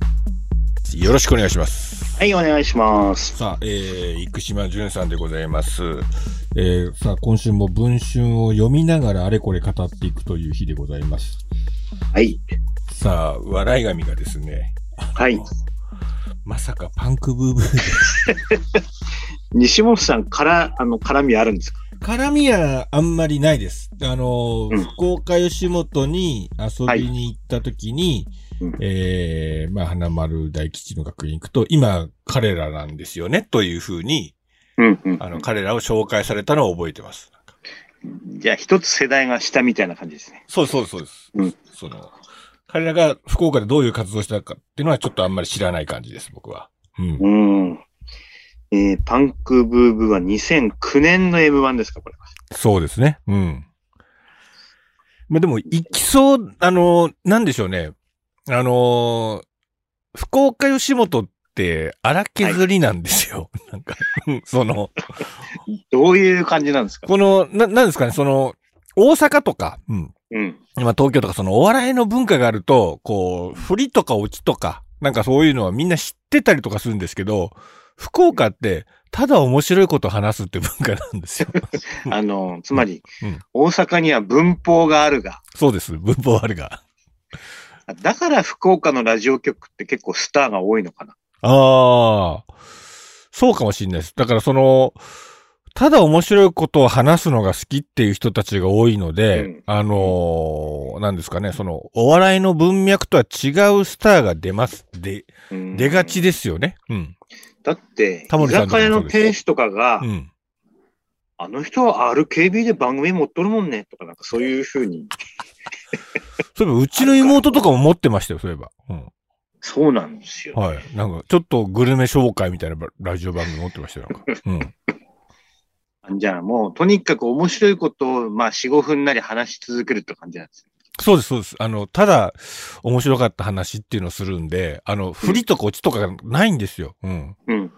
ます。よろしくお願いします。はい、お願いします。さあ、えー、生島淳さんでございます。えー、さあ、今週も文春を読みながらあれこれ語っていくという日でございます。はい。さあ、笑い神がですね、はい。まさかパンクブーブー。西本さんから、あの、絡みあるんですか 絡みはあんまりないです。あの、うん福岡吉本に遊びに行った時に、はいうんえー、まあ、花丸大吉の学院行くと、今、彼らなんですよね、というふうに、うんうんあの、彼らを紹介されたのを覚えてます。なんかじゃあ、一つ世代が下みたいな感じですね。そうそうそうです。うんその、彼らが福岡でどういう活動をしたかっていうのはちょっとあんまり知らない感じです、僕は。うん。うん。えー、パンクブーブーは2009年の M1 ですか、これ。そうですね。うん。まあでも、行きそう、あの、なんでしょうね。あの、福岡吉本って荒削りなんですよ。なんか、うんその、どういう感じなんですかこの、な、なんですかね、その、大阪とか、うん。うん。まあ東京とかそのお笑いの文化があると、こう、振りとかオチとか、なんかそういうのはみんな知ってたりとかするんですけど、福岡って、ただ面白いことを話すって文化なんです よ。あの、つまり、うん大阪には文法があるが、そうです。文法あるが。だから福岡のラジオ局って結構スターが多いのかな。ああ、そうかもしれないです。だからその、ただ面白いことを話すのが好きっていう人たちが多いので、うんあのー、なんですかね、その、お笑いの文脈とは違うスターが出ます。で、うん出がちですよね。うん。だって、タモ居リさんとか酒もそ屋うのです店主とかが、うん。あの人は RKB で番組持っとるもんね、とか、なんかそういうふうに。そういえば、うちの妹とかも持ってましたよ、そういえば。うん。そうなんですよ。はい。なんか、ちょっとグルメ紹介みたいなばラジオ番組持ってましたよ、なんか。うん。じゃあもう、とにかく面白いことを、まあ、4、5分なり話し続けるって感じなんですよ。そうです、そうです。あの、ただ、面白かった話っていうのをするんで、あの、振りとか落ちとかがないんですよ。うん。っうん、うん、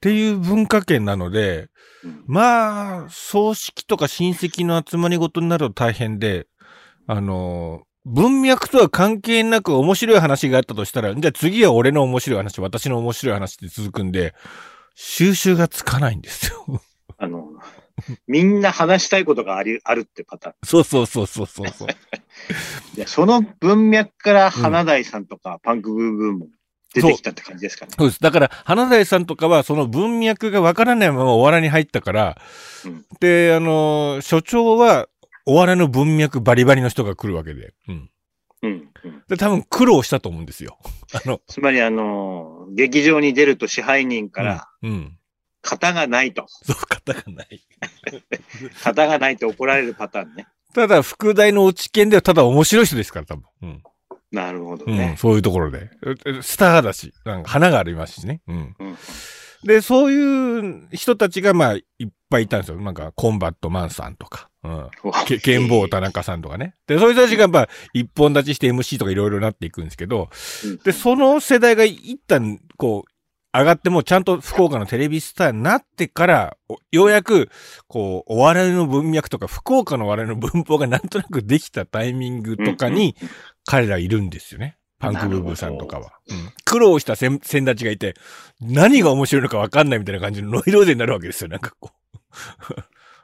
ていう文化圏なので、うん。まあ、葬式とか親戚の集まりごとになると大変で、あの、文脈とは関係なく面白い話があったとしたら、じゃあ次は俺の面白い話、私の面白い話って続くんで、収集がつかないんですよ。 あの、みんな話したいことがあり、あるってパターン。そうそうそうそうそうそう。いや、その文脈から、花大さんとか、パンクブーブーも出てきたって感じですかね。そうです。だから、花大さんとかは、その文脈がわからないままお笑いに入ったから、うんで、あのー所長は、お笑いの文脈バリバリの人が来るわけで。うん。うん、うん。で、多分苦労したと思うんですよ。あの、つまり、あの、劇場に出ると支配人から、うん。型がないと。そう、方がない。型がないと怒られるパターンね。ただ、副題の落ち見ではただ面白い人ですから、多分。うん。なるほどうん、ね。そういうところで。えスターだし、なんか花がありますしね。うん。うんで、そういう人たちが、まあ、いっぱいいたんですよ。なんか、コンバットマンさんとか。うん。け 剣坊田中さんとかね。で、そういう人たちがやっぱ一本立ちして MC とかいろいろなっていくんですけど、うんで、その世代が一旦こう、上がってもちゃんと福岡のテレビスターになってから、おようやく、こう、お笑いの文脈とか、福岡のお笑いの文法がなんとなくできたタイミングとかに、彼らいるんですよね。パンクブーブーさんとかは。うん苦労した先先達がいて、何が面白いのかわかんないみたいな感じのノイローゼになるわけですよ、なんかこ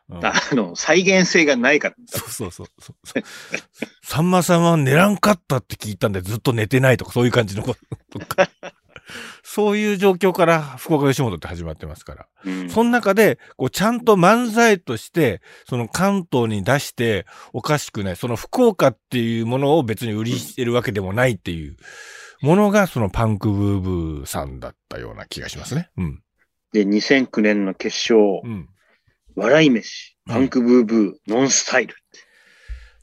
う。うんあの、再現性がないから。そうそうそうそうそう。さんまさんは寝らんかったって聞いたんでずっと寝てないとかそういう感じのことと か。そういう状況から福岡吉本って始まってますから。うんその中で、こうちゃんと漫才として、その関東に出しておかしくない。その福岡っていうものを別に売りしてるわけでもないっていうものがそのパンクブーブーさんだったような気がしますね。うん。で、2009年の決勝、うん。笑い飯、うんパンクブーブー、ノンスタイル。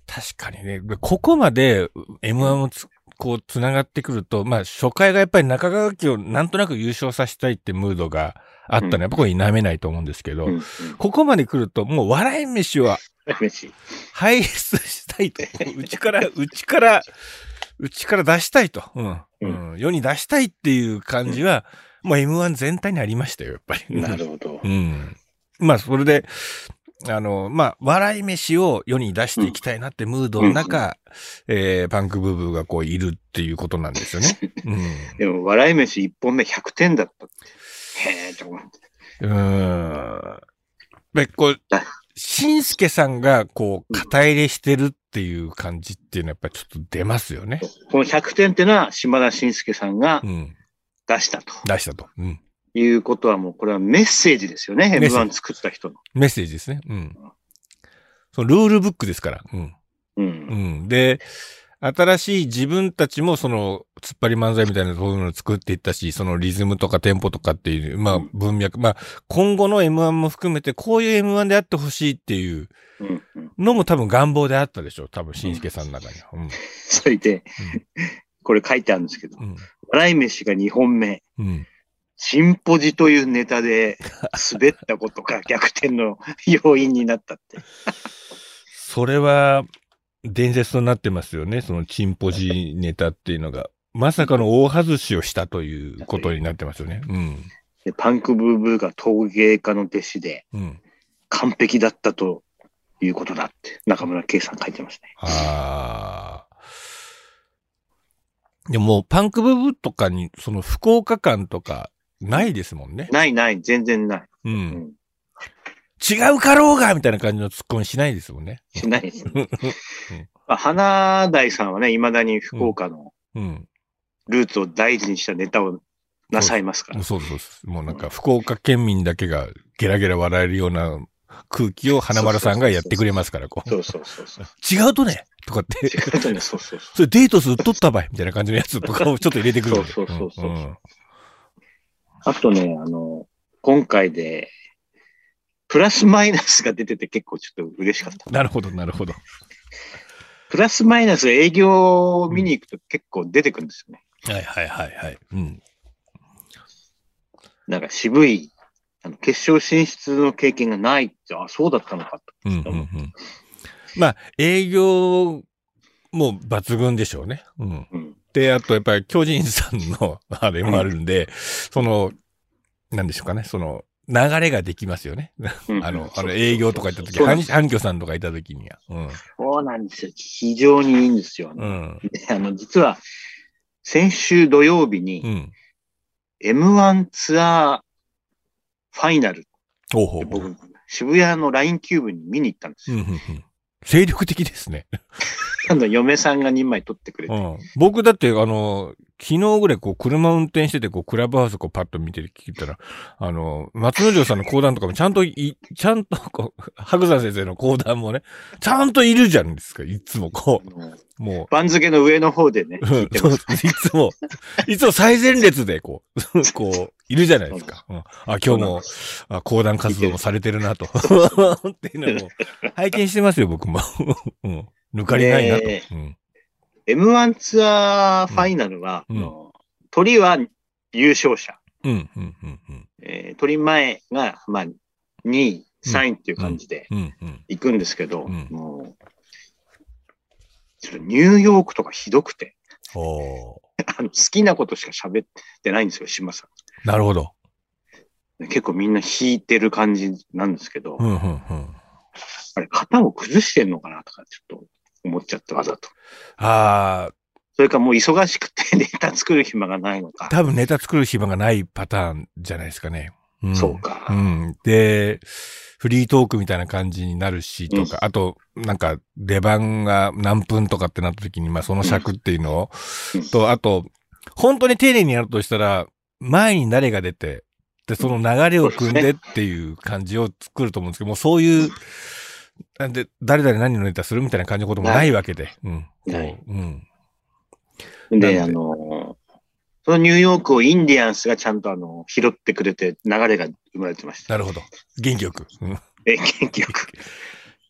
確かにね、でここまで M1 をつ、こう、つながってくると、まあ、初回がやっぱり中川家をなんとなく優勝させたいってムードがあったのうは、んやっぱこれ否めないと思うんですけど、うんうんここまで来ると、もう笑い飯は笑い飯。排出したいと。うち から、うちから、うちから出したいと。うん。うんうん世に出したいっていう感じは、もう M1 全体にありましたよ、やっぱり。なるほどう。ん。まあ、それで、あの、まあ、笑い飯を世に出していきたいなってムードの中、えーパンクブーブーがこういるっていうことなんですよね。 でも、笑い飯1本目100点だったって。へえ、と思って。うん。うーん。で、こう、しんすけさんがこう、肩入れしてるっていう感じっていうのはやっぱりちょっと出ますよね。この100点ってのは、島田紳介さんがうん。出したと出したと。うん。いうことは、もうこれはメッセージですよね。メッセー M1 作った人の。メッセージですね。うん。そのルールブックですから。うん。う。うんん。で、新しい自分たちもその、突っ張り漫才みたいなそういうのを作っていったし、そのリズムとかテンポとかっていう、まあ文脈、まあ今後の M1 も含めてこういう M1 であってほしいっていううん。うん。のも多分願望であったでしょう。多分、しんすけさんの中には。それで、これ書いてあるんですけどう、ん。笑い飯が2本目。うん。うん。チンポジというネタで滑ったことが逆転の要因になったって。それは、伝説となってますよね。そのチンポジネタっていうのが。まさかの大外しをしたということになってますよね。うん。でパンクブーブーが陶芸家の弟子でうん。完璧だったということだって中村圭さん書いてますね。ああ。でももうパンクブブとかに、その福岡感とか、ないですもんね。ないない、全然ない。う。うんん、違うかろうがみたいな感じのツッコミしないですもんね。しないですね。まあ、花大さんはね、未だに福岡のうん。ルーツを大事にしたネタをなさいますから。そうそうそう。もうなんか福岡県民だけがゲラゲラ笑えるような空気を花丸さんがやってくれますから、こう。そうそうそうそう。違うとねとかって。違うとね、そうそうそう。それデートス売っとったばいみたいな感じのやつとかをちょっと入れてくるんで。そうそうそうそうんんあとね、あの、今回で、プラスマイナスが出てて結構ちょっと嬉しかった。なるほど、なるほど。プラスマイナス営業を見に行くと結構出てくるんですよね。はいはいはいはい。うん。なんか渋い、あの決勝進出の経験がないって、あ、そうだったのかうんうんうん。まあ、営業も抜群でしょうね。うん。と。うん。で、あとやっぱり巨人さんの あれもあるんで、その、なんでしょうかね、その、流れができますよね。 あの、あの営業とか行った時、そうなん反です反響さんとかいた時には。うん。そうなんですよ。非常にいいんですよ。うねん。あの、実は、先週土曜日うにん。 M1 ツアーファイナルっほうほてうほう。僕、渋谷の LINE キューブに見に行ったんですうんうよ。んうん。精力的ですね。 あの嫁さんが2枚取ってくれて。うん。僕だって、あの、昨日ぐらいこう車運転してて、こうクラブハウスこうパッと見て聞いたら、あの、松之丞さんの講談とかもちゃんとい、ちゃんとこう、白山先生の講談もね、ちゃんといるじゃんですか、いつもこあのう、も番付の上の方でね、う、うん聞いてそまうす。いつも、いつも最前列でこう、こう、いるじゃないですか。うん、あ、今日も、あ講談活動もされてるなと。っていうのも、拝見してますよ、僕も。うん。抜かりないなと。ねうん。 M1 ツアーファイナルは、うんあの鳥は優勝者、うん、うん、うん、うん。えー鳥前が、まあ、2位、3位っていう感じでうん、うん。行くんですけど、うんもうちょっとニューヨークとかひどくて、 おー。あの好きなことしか喋ってないんですよ、島さなるほど。ん。結構みんな引いてる感じなんですけど、うんうんうん。あれ、型を崩してんのかなとか、ちょっと思っちゃって、わざと。ああ、それかもう忙しくてネタ作る暇がないのか。多分ネタ作る暇がないパターンじゃないですかね。ん、そう。か。うん。で、フリートークみたいな感じになるし、とか、うあと、なんか、出番が何分とかってなった時に、まあ、その尺っていうのを、うんと、あと、本当に丁寧にやるとしたら、前に誰が出て、で、その流れを組んでっていう感じを作ると思うんですけど、もうそういう、なんで、誰々何のネタするみたいな感じのこともないわけで。うん。ないこううん。で、なんあでの、そのニューヨークをインディアンスがちゃんとあの拾ってくれて流れが生まれてました。なるほど。元気よく。うんえ、元気よく。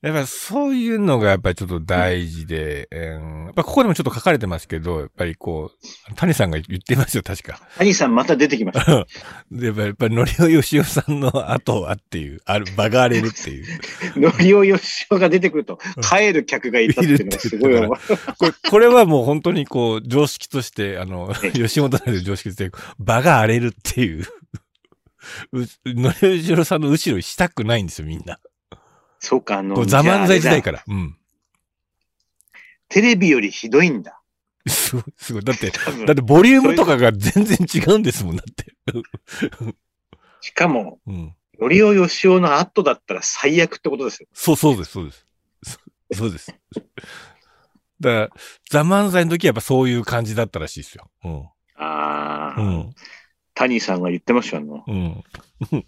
やっぱそういうのがやっぱりちょっと大事で、うんやっぱここでもちょっと書かれてますけど、やっぱりこう、谷さんが言ってますよ、確か。兄さんまた出てき ました。で、やっぱやっぱりのりおよしおさんの後はっていう、ある、場が荒れるっていう。のりおよしおが出てくると帰る客がいたっていうのがすごいいるって言思う。これ、これはもう本当にこう、常識として、あの、吉本の常識として、場が荒れるっていう。うのりおよしおさんの後ろにしたくないんですよ、みんな。そうか、あの、ザ・漫才時代じゃああれだから。うん。テレビよりひどいんだ。すごい、すごい。だって、多分だってボリュームとかが全然違うんですもん、だって。しかも、うん。よりおよしおの後だったら最悪ってことですよ。そう、そうです、そうです。 そそうです。 だから、ザ・漫才の時はやっぱそういう感じだったらしいですよ。あうん。あ、うん。谷さんが言ってましたよね。うん。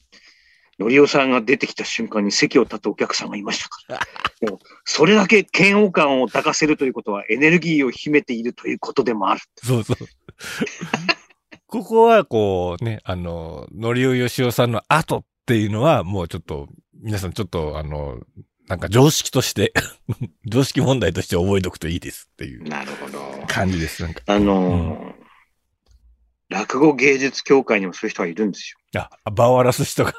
のりおさんが出てきた瞬間に席を立ったお客さんがいました から。でも、それだけ嫌悪感を抱かせるということはエネルギーを秘めているということでもある。そうそう。 ここはこうね、あの、のりおよしおさんの後っていうのはもうちょっと、皆さんちょっとあの、なんか常識として、 常識問題として覚えとくといいですっていうなるほど。感じです。なんか。あのー落語芸術協会にもそういう人がいるんですよ。あ、場を荒らす人が。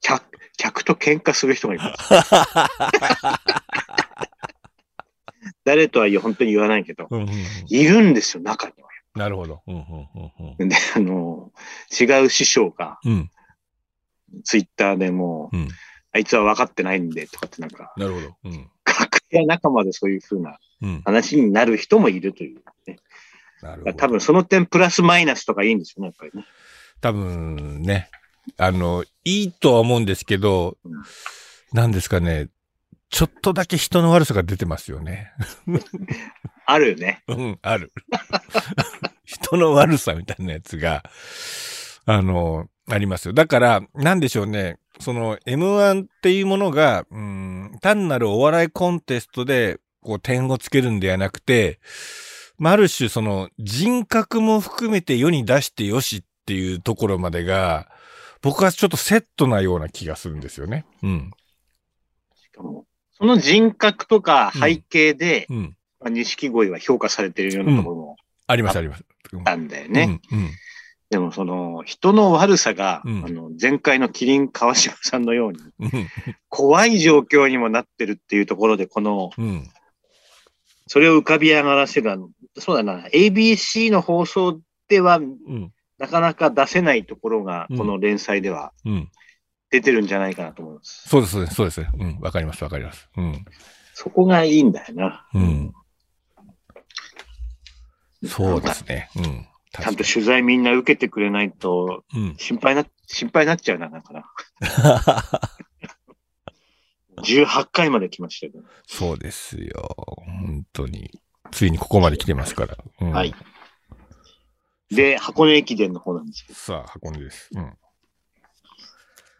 客、客と喧嘩する人がい ます。誰とは言う本当に言わないけど、うんうんうんいるんですよ、中には。なるほど。うんうんうんで、あのー違う師匠が、うん。うん。ツイッターでもう、うん。あいつは分かってないんで、とかってなんか、なるほど。うん。楽 屋仲間でそういうふうなうん。話になる人もいるという、ね。なるほど。多分その点プラスマイナスとかいいんですよね、やっぱりね。多分ね、あの、いいとは思うんですけどうん、なんですかね、ちょっとだけ人の悪さが出てますよね。あるよね。うん、ある。 人の悪さみたいなやつが、あの、ありますよ。だから、なんでしょうね。その M1 っていうものが、うん、単なるお笑いコンテストで、こう点をつけるんではなくて、まあある種その人格も含めて世に出してよしっていうところまでが、僕はちょっとセットなような気がするんですよね。うん。しかもその人格とか背景で、うん。まあ錦鯉は評価されてるようなところもありますあります。あったんだよね。うん。うん。でもその人の悪さが、うんあの前回の麒麟川島さんのようにうん。怖い状況にもなってるっていうところで、この、うん。それを浮かび上がらせるあの、そうだな、ABC の放送ではうん。なかなか出せないところが、うんこの連載ではうん。出てるんじゃないかなと思います。そうです、そうです、そうです。うん、わかります、わかります。うん。そこがいいんだよな。うん。そうですね。うん。ちゃんと確取材みんな受けてくれないとかにうん。心配な、心配になっちゃうな、な んかな。18回まで来ましたけど。そうですよ。本当に。ついにここまで来てますから。うん、はい。で、箱根駅伝の方なんですけど、さあ、箱根です。うん。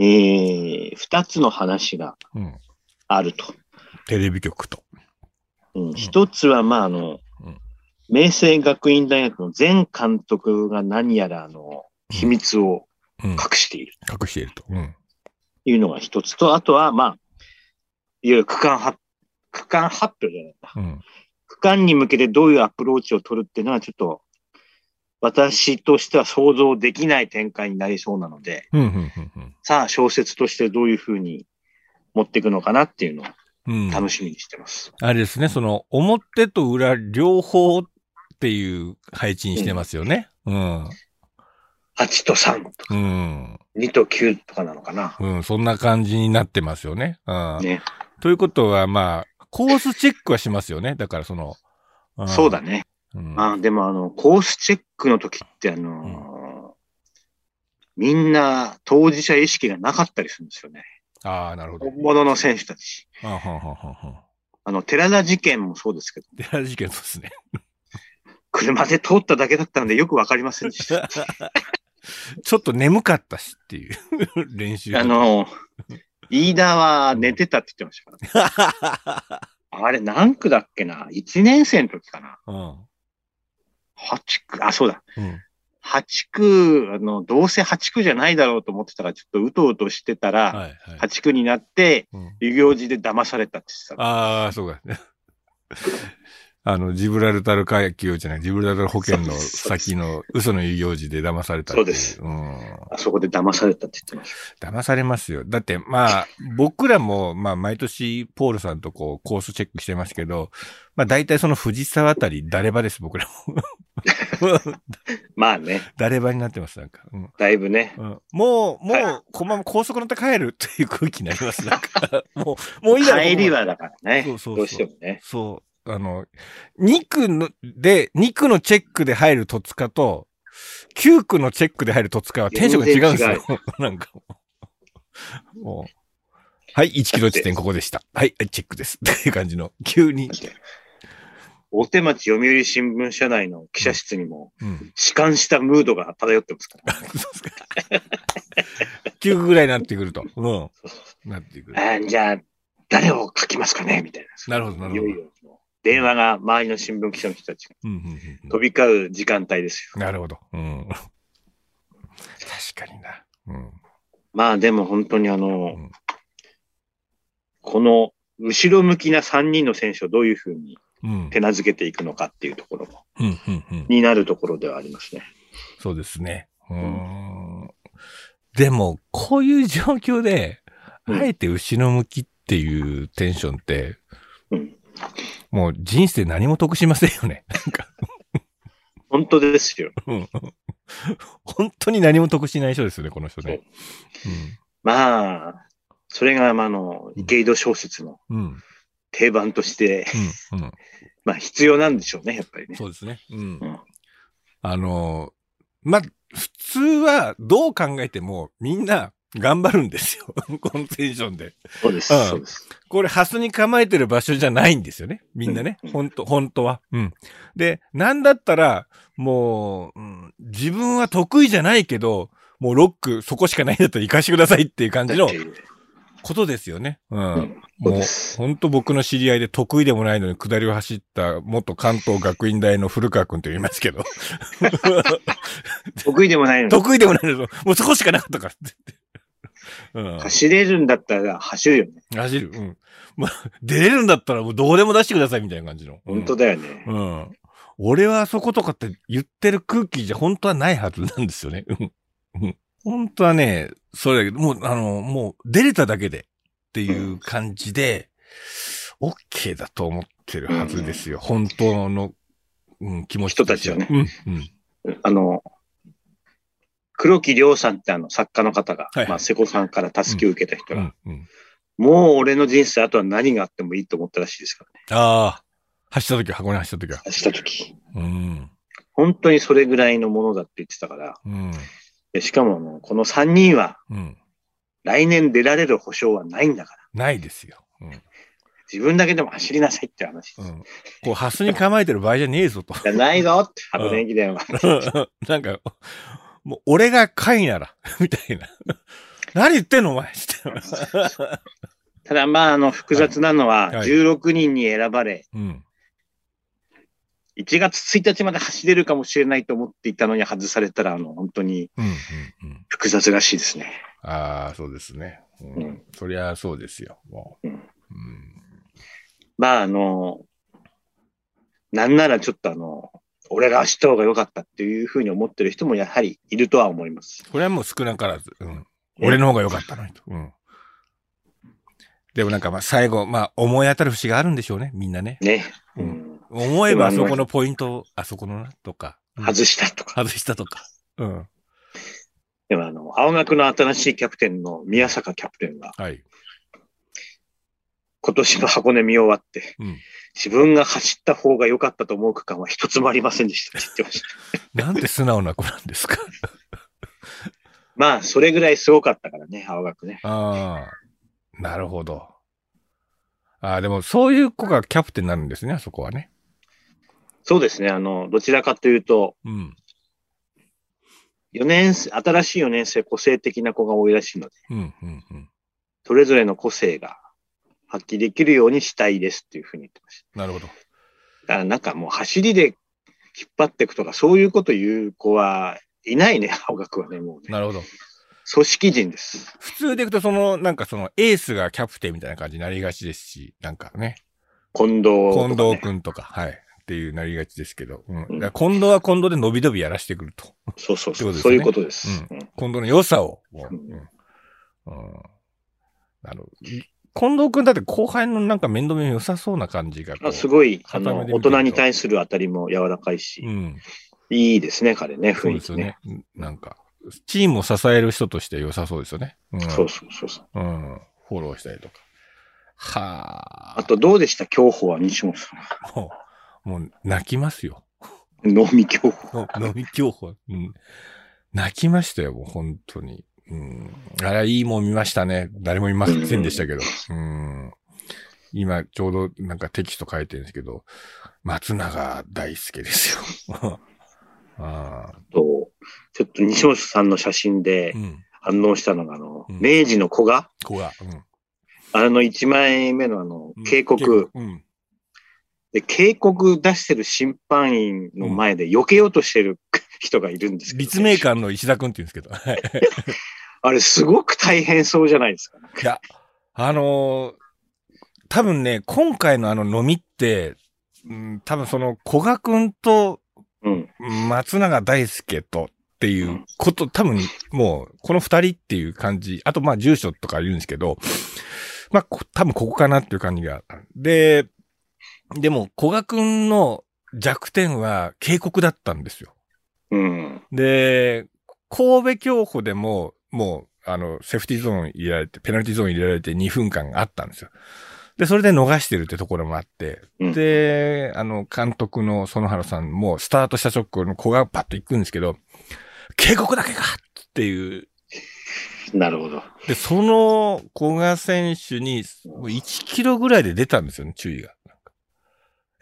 えー、2つの話がうん。あると。テレビ局と。うん、1つは、まあ、あのうん、明星学院大学の前監督が何やら、あの、秘密をうん。隠している隠していると。うん。というのが一つと、あとは、まあ、いわゆる区間発、区間発表じゃないな。うん。区間に向けてどういうアプローチを取るっていうのは、ちょっと、私としては想像できない展開になりそうなので、うん、うん、うんさあ、小説としてどういうふうに持っていくのかなっていうのをうん。うん。楽しみにしてます。あれですね、その、表と裏両方っていう配置にしてますよね。うん。 8と3とか、うん。 2と9とかなのかな。うん、そんな感じになってますよね。うん。ね。ということは、まあ、コースチェックはしますよね。だから、その。んそうだ。ね。うん、あでも、あの、コースチェックの時って、あのーみんな当事者意識がなかったりするんですよね。あー、なるほど本。物の選手たち。あはんはんはんはん。あの、寺田事件もそうですけど、デラ事件そうですね。車で通っただけだったのでよくわかりません でした。ちょっと眠かったしっていう 練習。あ、の、飯田は寝てたって言ってましたから、 あれ何区だっけな ?1 年生の時かなうん。 ?8 区、あ、そうだ。うん。 8区、あの、どうせ8区じゃないだろうと思ってたから、ちょっとうとうとしてたら、はい、はい。 8区になって、うん遊行寺で騙されたって言ってた。ああ、そうか。 あの、ジブラルタル海峡じゃない、ジブラルタル保険の先の嘘の遊行事で騙されたっていそうですうん。あそこで騙されたって言ってまし騙されますよ。だって、まあ、僕らも、まあ、毎年、ポールさんとこう、コースチェックしてますけど、まあ、大体その藤沢あたり、誰場です、僕らも。た。まあね、 誰場になってます、なんか。うんだいぶね、うんもう、もはう、このまま高速乗って帰るっていう空気になります。なん か、もう、もういいだろう帰りはだからね、そうそうそうどうしてもね。そう。あの、2区の、で、2区のチェックで入る戸塚と、9区のチェックで入る戸塚はテンションが違うんですよ。 なんかもう。もうはい、1キロ地点ここでした。はい、はいチェックです。っていう感じの、急に。大手町読売新聞社内の記者室にも、うん。弛緩したムードが漂ってますから。そうですか。9区ぐらいになってくると。うん。なってくる。 あーじゃあ、誰を書きますかねみたいなな。るほど、なるいよほいど。よ、電話が周りの新聞記者の人たちがうんうんうん飛び交う時間帯ですよ。なるほど。うん。確かにな。うん。まあでも本当にあの、うんこの後ろ向きな3人の選手をどういうふうにうん。手なずけていくのかっていうところも、うん、うん、うん。になるところではありますね。そうですね。うーん。でも、こういう状況で、うんあえて後ろ向きっていうテンションって、うん。もう人生何も得しませんよね。 なんか、本当ですよ。うん本当に何も得しない人ですよね、この人ね。まあ、それが、まあ、あの、池井戸小説のうん。うん。定番として、うん。うん。まあ必要なんでしょうね、やっぱりね。そうですね。うんうん。あのー、ま、普通はどう考えてもみんな頑張るんですよ。 このテンションで。そうです、うんそうです。これ、ハスに構えてる場所じゃないんですよね。みんなねうん。本当本当は。うん。で、なんだったら、もう、うん自分は得意じゃないけど、もうロック、そこしかないんだったら行かしてくださいっていう感じのことですよね。うん。そうもうです、本当僕の知り合いで得意でもないのに下りを走った、元関東学院大の古川くんと言いますけ ど、得意でもないのに、得意でもないのに、もうそこしかなかったからって言って。うん。走れるんだったら走るよね。走る。うん。まあ、出れるんだったらもうどこでも出してくださいみたいな感じの。うん本当だよね。うん。俺はあそことかって言ってる空気じゃ本当はないはずなんですよね。うんうん。本当はね、それだけど、もう、あの、もう出れただけでっていう感じで、オッケーだと思ってるはずですよ。本当の、うん、気持ちとして人たちうん、うん。あの、黒木亮さんってあの作家の方が、はいまあ瀬古さんから助けを受けた人うが、ん、うん。もう俺の人生あとは何があってもいいと思ったらしいですからね。ああ、走った時、箱根走った時は。走った時。うん。本当にそれぐらいのものだって言ってたから。うん。でしかもあの、この3人はうん。来年出られる保証はないんだから。ないですよ。うん。自分だけでも走りなさいって話うです。ん。こう、ハスに構えてる場合じゃねえぞと。じゃないぞって、箱根駅伝は。なんか、もう俺が貝なら、 みたいな。何言ってんのお前 って。 ただまあ、あの、複雑なのは、はい16人に選ばれ、うん。 1月1日まで走れるかもしれないと思っていたのに外されたら、あの、本当にうん。うん。うん。複雑らしいですね。ああ、そうですね。う。うんそりゃそうですよ。もう。ううんん。まあ、あの、なんならちょっとあの、俺が走った方が良かったっていうふうに思ってる人もやはりいるとは思います。これはもう少なからず。うん。俺の方が良かったのにと。うん。でもなんかまあ最後、まあ思い当たる節があるんでしょうね、みんなね。ね。ううんん。思えばあそこのポイント、あそこのな、とか。うん外したとか。外したとか。うん。でもあの、青学の新しいキャプテンの宮坂キャプテンが、はい。今年の箱根見終わって、うん。自分が走った方が良かったと思う区間は一つもありませんでしたって言ってました。な んて素直な子なんですか。まあ、それぐらいすごかったからね、青学ね。ああ、なるほど。ああ、でもそういう子がキャプテンになるんですね、あそこはね。そうですね、あの、どちらかというと、うん。 4年生、新しい4年生個性的な子が多いらしいので、うん、うん、うん。それぞれの個性が発揮できるようにしたいですっていうふうに言ってましなるほど。た。だからなんかもう走りで引っ張っていくとか、そういうこと言う子はいないね、青学はね、もうね。なるほど。組織人です。普通でいくと、その、なんかその、エースがキャプテンみたいな感じになりがちですし、なんかね、近藤とかね、近藤くんとか、はい。っていうなりがちですけど、うんうんだから今度は今度で伸び伸びやらしてくると。そうそうそってこう。とですねそういうことです。うん今度の良さを。もううんうんうんなるほど近藤くんだって後輩のなんか面倒見も良さそうな感じがこう。あすごい、あ固めてみの、大てると人に対する当たりも柔らかいし、うん。いいですね、彼ね、そ雰うで囲す気よね。ね。なんか、チームを支える人として良さそうですよね。うん。そうそうそうそう。うん。フォローしたりとか。はあ。あと、どうでした競歩は西本さもう、もう泣きますよ。ん。飲み競歩。の飲み競歩。うん。泣きましたよ、もう本当に。うん。あれはいいもん見ましたね。誰もいませんでしたけど。うん。今、ちょうどなんかテキスト書いてるんですけど、松永大輔ですよ。 ああ。と、ちょっと西本さんの写真でうん。反応したのが、あの、うん明治の古賀子が。うん。あの、1枚目のあのうん、警告。。うん。で、警告出してる審判員の前で避けようとしてる人がいるんですけど、立命。館の石田くんって言うんですけど。はい。あれ、すごく大変そうじゃないですか。いや、あのー多分ね、今回のあの飲みって、うん、多分その古賀くんとうん。松永大輔とっていうこと、多分もうこの二人っていう感じ、あとまあ住所とか言うんですけど、まあこ多分ここかなっていう感じが。で、でも古賀くんの弱点は警告だったんですよ。うん。で、神戸競歩でも、もう、あの、セーフティーゾーン入れられて、ペナルティーゾーン入れられて2分間あったんですよ。で、それで逃してるってところもあって、うんで、あの、監督の園原さんも、スタートした直後の子がパッと行くんですけど、警告だけかっていう、なるほど。で、その古賀選手に、もう1キロぐらいで出たんですよね、注意が。なんか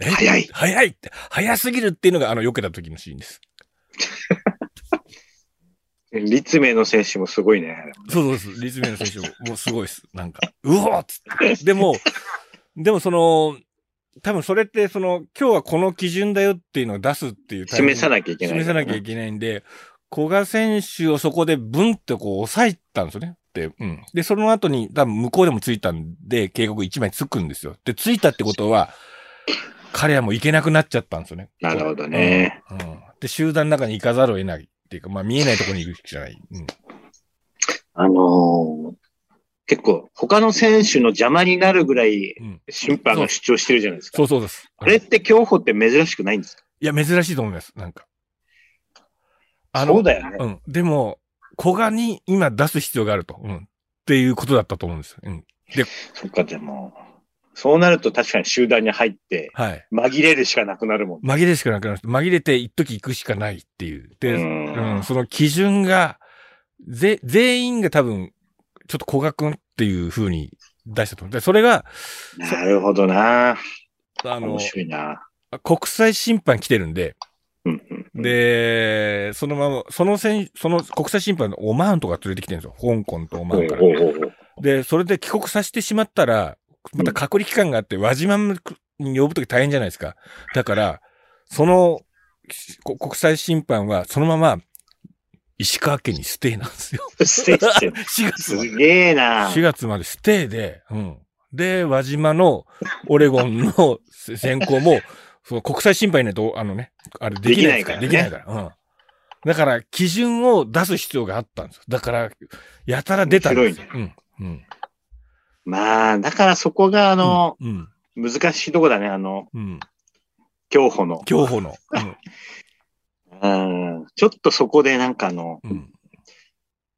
え早い早いって、早すぎるっていうのが、あの、避けた時のシーンです。立命の選手もすごいね。そうそうです。立命の選手も、もうすごいです。なんか、うおーっつって。でも、でもその、多分それって、その、今日はこの基準だよっていうのを出すっていうタイミング。示さなきゃいけない、示さなきゃいけないんで、古賀選手をそこでブンってこう抑えたんですよね。で、うん。で、その後に多分向こうでもついたんで、警告1枚つくんですよ。で、ついたってことは、彼らも行けなくなっちゃったんですよね。なるほどね。うん。うんで、集団の中に行かざるを得ないっていうか、まあ見えないところに行くしかない。うん。あのー結構、他の選手の邪魔になるぐらいうん。審判が主張してるじゃないですか。そうそうです。あれって競歩って珍しくないんですかいや、珍しいと思います。なんか。そうだよね。うん。でも、古賀に今出す必要があると。うん。っていうことだったと思うんですよ。うん。そっか、でも、そうなると確かに集団に入って、はい。紛れるしかなくなるもんね。紛れるしかなくなる。紛れて一時行くしかないっていう。で、ううん、んその基準が、ぜ、全員が多分、ちょっと古賀くんっていう風に出したと思う。で、それが、なるほどな。あの面、白いな。国際審判来てるんで、うんうんうん、で、そのまま、その選手、その国際審判のオマーンとか連れてきてるんですよ。香港とオマおうーンから。おうおうおうで、それで帰国させてしまったら、また隔離期間があって、輪島に呼ぶとき大変じゃないですか。だから、その、こ国際審判は、そのまま、石川県にステイなんです よ。ステージしてる4月ますで。げえな。 4月までステイで、うん。で、輪島の、オレゴンのせ 選考も、その国際審判いないと、あのね、あれできないですから。ででききなないいから。うん。だから、基準を出す必要があったんですよ。だから、やたら出たんですよ。うん。うん。まあ、だからそこが、あの、うん。難しいとこだね、あの、うん。競歩の。競歩の。うんうん、ちょっとそこでなんかあの、うん。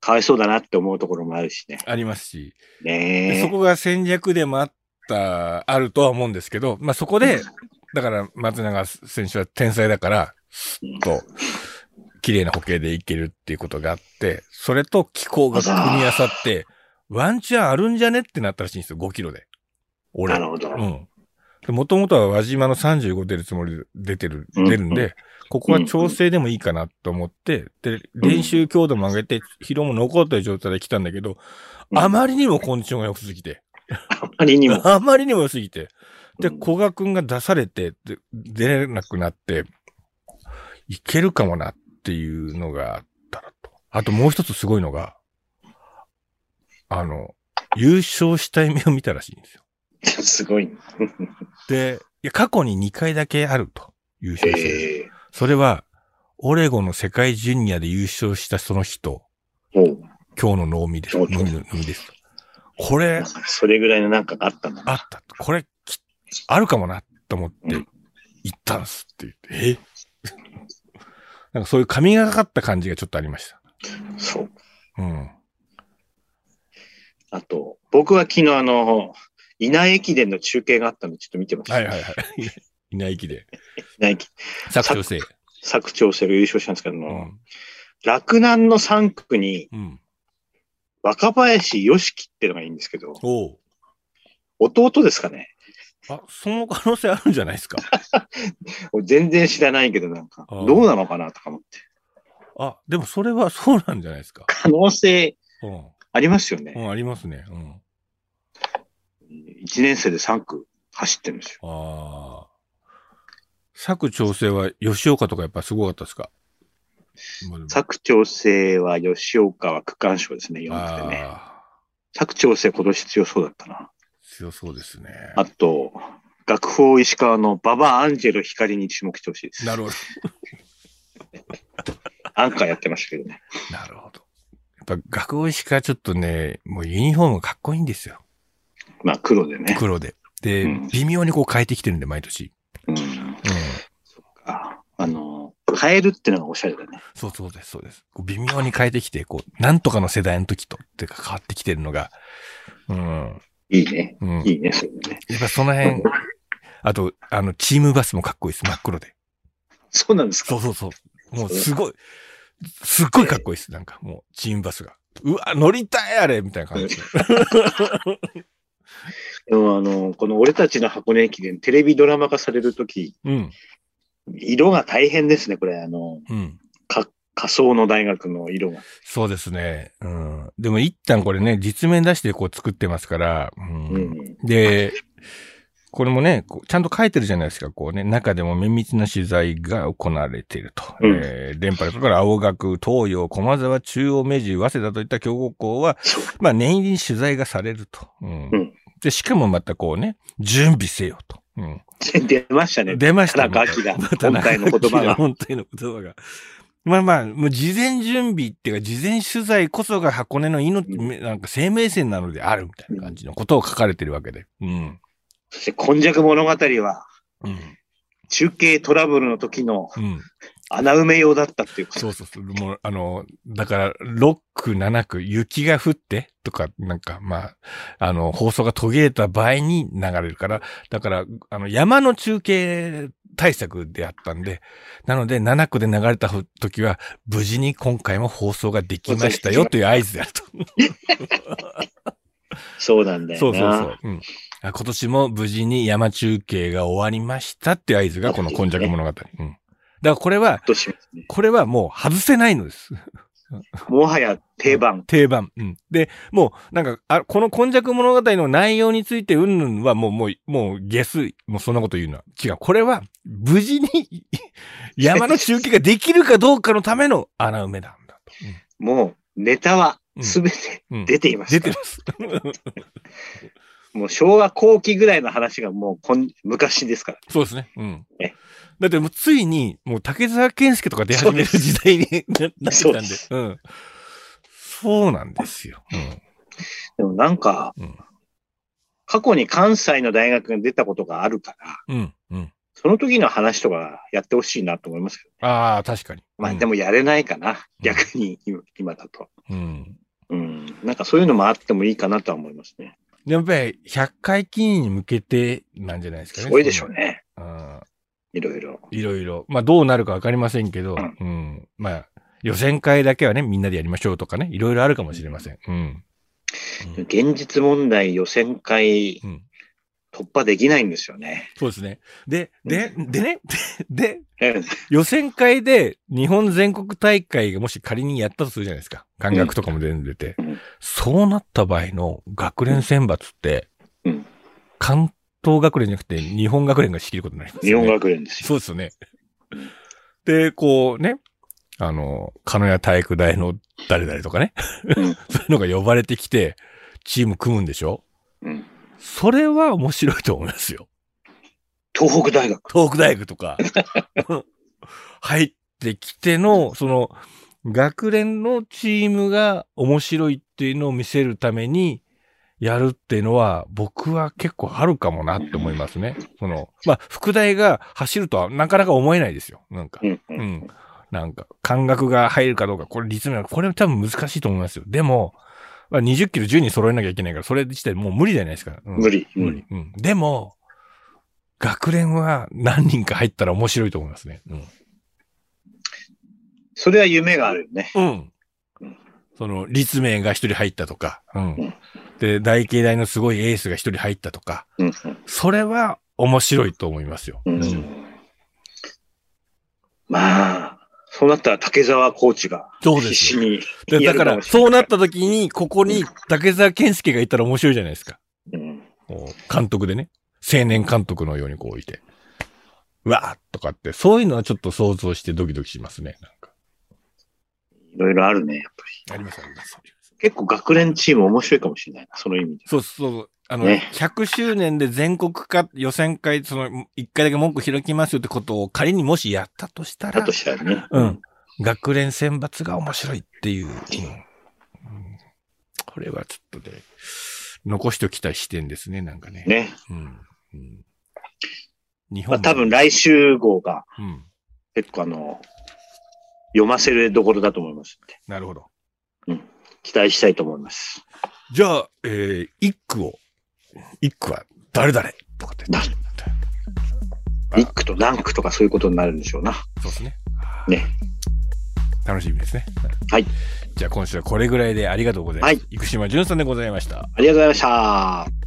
かわいそうだなって思うところもあるしね。ありますし、でそねこが戦略でもあった、あるとは思うんですけど、まあそこで、だから松永選手は天才だから、すっと、綺麗な歩型でいけるっていうことがあって、それと気候が組み合わさって、ワンチャンあるんじゃねってなったらしいんですよ、5キロで。え。俺な。るほど。うん。もともとは輪島の35出るつもりで出てる、うん出るんで、ここは調整でもいいかなと思って、で、練習強度も上げて、疲労も残ってる状態で来たんだけど、うんあまりにもコンディションが良すぎて、あまりにも。あまりにも良すぎて、 で、うん古賀くんが出されて、で出れなくなって、いけるかもなっていうのがあったらと。あともう一つすごいのが、あの、優勝した夢を見たらしいんですよ。すごい。で、いや過去に2回だけあると。優勝してるんですよ。へえ。それは、オレゴンの世界ジュニアで優勝したその人、もう、今日の脳みです。そう脳そうみの脳みです。これなん、かそれぐらいのなんかがあったんだあな。った。これ、きあるかもな、と思ってうん、行ったんすって言って、え なんかそういう神がかった感じがちょっとありました。そう。うん。あと、僕は昨日あの、稲駅伝の中継があったんで、ちょっと見てました。はいはい はい。いない気で。稲駅、作長生。佐久長聖が優勝したんですけどうも、ん。洛南の3区にうん。若林良樹ってのがいいんですけど、おう弟ですかね。あ、その可能性あるんじゃないですか。俺全然知らないけど、なんか、あーどうなのかなとか思って。あ、でもそれはそうなんじゃないですか。可能性うん。ありますようね。ん、ありますね。うん。 1年生で3区走ってるんですよ。ああ。作調整は吉岡とかやっぱすごかったですかまあでも佐久長聖は吉岡は区間賞ですね、4区でね。ああ、佐久長聖今年強そうだったな。強そうですね。あと、学法石川のババアンジェロ光に注目してほしいです。なるほど。アンカーやってましたけどね。なるほど。やっぱ学校石からちょっとね、もうユニフォームかっこいいんですよ。まあ黒でね。黒で。で、うん微妙にこう変えてきてるんで、毎年。うん。うん。ああの、カエルってのがおしゃれだね。そうそうです、そうです。こう微妙に変えてきて、こう、なんとかの世代の時と、っていうか変わってきてるのが、うん。いいね。うん。いいね、それね。やっぱその辺、あと、あの、チームバスもかっこいいです、真っ黒で。 そうなんですか。そうそうそう。もうすごい、すっごいかっこいいです。なんかもう、チームバスが。うわ、乗りたいあれみたいな感じで。でもあの、この俺たちの箱根駅伝、テレビドラマ化されるとき、うん。色が大変ですね、これ。あの、うん。か仮想の大学の色が。そうですね。うん。でも一旦これね、実面出してこう作ってますから、うん。うん。で、これもね、こうちゃんと書いてるじゃないですか。こうね、中でも綿密な取材が行われていると。うんえー、連覇から青学、東洋、駒沢、中央、明治、早稲田といった強豪校は、そう。まあ念入りに取材がされると。うん。うんで、しかもまたこうね、準備せよと。うん。 出ましたね。出ました田ね。中明 またが、本体の言葉が。本体の言葉が。まあまあ、もう事前準備っていうか、事前取材こそが箱根の命、うなんか生命線なのであるみたいな感じのことを書かれてるわけで。うん。そして、今昔物語は、うん。中継トラブルの時のうん。穴埋め用だったっていうこと。そうそうそう。もう、あの、だから、6区、7区、雪が降ってとか、なんか、まあ、あの、放送が途切れた場合に流れるから、だから、あの、山の中継対策であったんで、なので、7区で流れた時は、無事に今回も放送ができましたよという合図であると。そうなんだよな。そうそうそう。うん。あ今年も無事に山中継が終わりましたっていう合図が、この今昔物語。うん。だからこれは、どうしますね。これはもう外せないのです。もはや定番。定番。うん。で、もう、なんか、あこの今昔物語の内容について、うんぬんはもう、もう、もう、ゲス、もうそんなこと言うのは違う。これは、無事 に、山の中継ができるかどうかのための穴埋めなんだと。もう、ネタはうんすべてうん。うん出ています出かてら、ます。 もう昭和後期ぐらいの話がもうこん昔ですから。そうですね。うんえ。だってもうついに、もう竹沢健介とか出始める時代に ななってたんそうでで。うん。そうなんですよ。でもなんか、うん過去に関西の大学が出たことがあるから、うん。うん。うん。その時の話とかやってほしいなと思いますけど。ああ、確かに。まあうんでもやれないかな。逆に今今だと。うん。うん。なんかそういうのもあってもいいかなとは思いますね。やっぱり、100回記念に向けてなんじゃないですかすね。ごいでしょうね。その。いろいろ。うん。いろいろ。まあ、どうなるかわかりませんけど、うんうん。まあ、予選会だけはね、みんなでやりましょうとかね、いろいろあるかもしれません。うん。うん現実問題予選会うん突破できないんですよね。 そうですね。で、で、でね、 で、でうん予選会で日本全国大会がもし仮にやったとするじゃないですか。感覚とかも全然出て。うんそうなった場合の学連選抜って、うん関東学連じゃなくて日本学連が仕切ることになります、ね。日本学連ですよ。そうですよね。で、こうね、あの、金谷体育大の誰々とかね、うん そういうのが呼ばれてきて、チーム組むんでしょうんそれは面白いと思いますよ。東北大学。東北大学とか、 入ってきての、その、学連のチームが面白いっていうのを見せるためにやるっていうのは、僕は結構あるかもなって思いますね。その、まあ、副大が走るとはなかなか思えないですよ。なんか。うんううんん。なんか、感覚が入るかどうか、これ立命、これ多分難しいと思いますよ。でも、まあ、20キロ10人揃えなきゃいけないから、それ自体もう無理じゃないですか。うん無理。う無ん理。うん。でも、学連は何人か入ったら面白いと思いますね。うん。それは夢があるよね。うんうん。その、立命が一人入ったとか、うんん。で、大慶大のすごいエースが一人入ったとか、うんそれは面白いと思いますよ。うんううんんまあ、そうなったら竹沢コーチがそうで必す死よ。にでだやるかもら、しれいそうなっ、た時に、ここに竹澤健介がいたら面白いじゃないですか。うんこう監督でね。青年監督のようにこういて。うわーとかって、そういうのはちょっと想像してドキドキしますね。なんか。いろいろあるね、やっぱり。ありますあります。結構学連チーム面白いかもしれないな、その意味で。そうそうそう。あの、ね100周年で全国か予選会、その、1回だけ文句開きますよってことを仮にもしやったとしただらと、したらね。うん。学連選抜が面白いっていう。うんうんこれはちょっとね、残しておきたい視点ですね、なんかね。ね。うん。うん日本まあ多分来、来週号がうん。結構あの、読ませるどころだと思いますんでなるほど。期待したいと思います。じゃあ、えー、一句を、一句は誰々とかって。誰あリックとランクとかそういうことになるんでしょうな。そうですね。ね。楽しみですね。はい。じゃあ今週はこれぐらいでありがとうございます。はい生島淳さんでございました。ありがとうございました。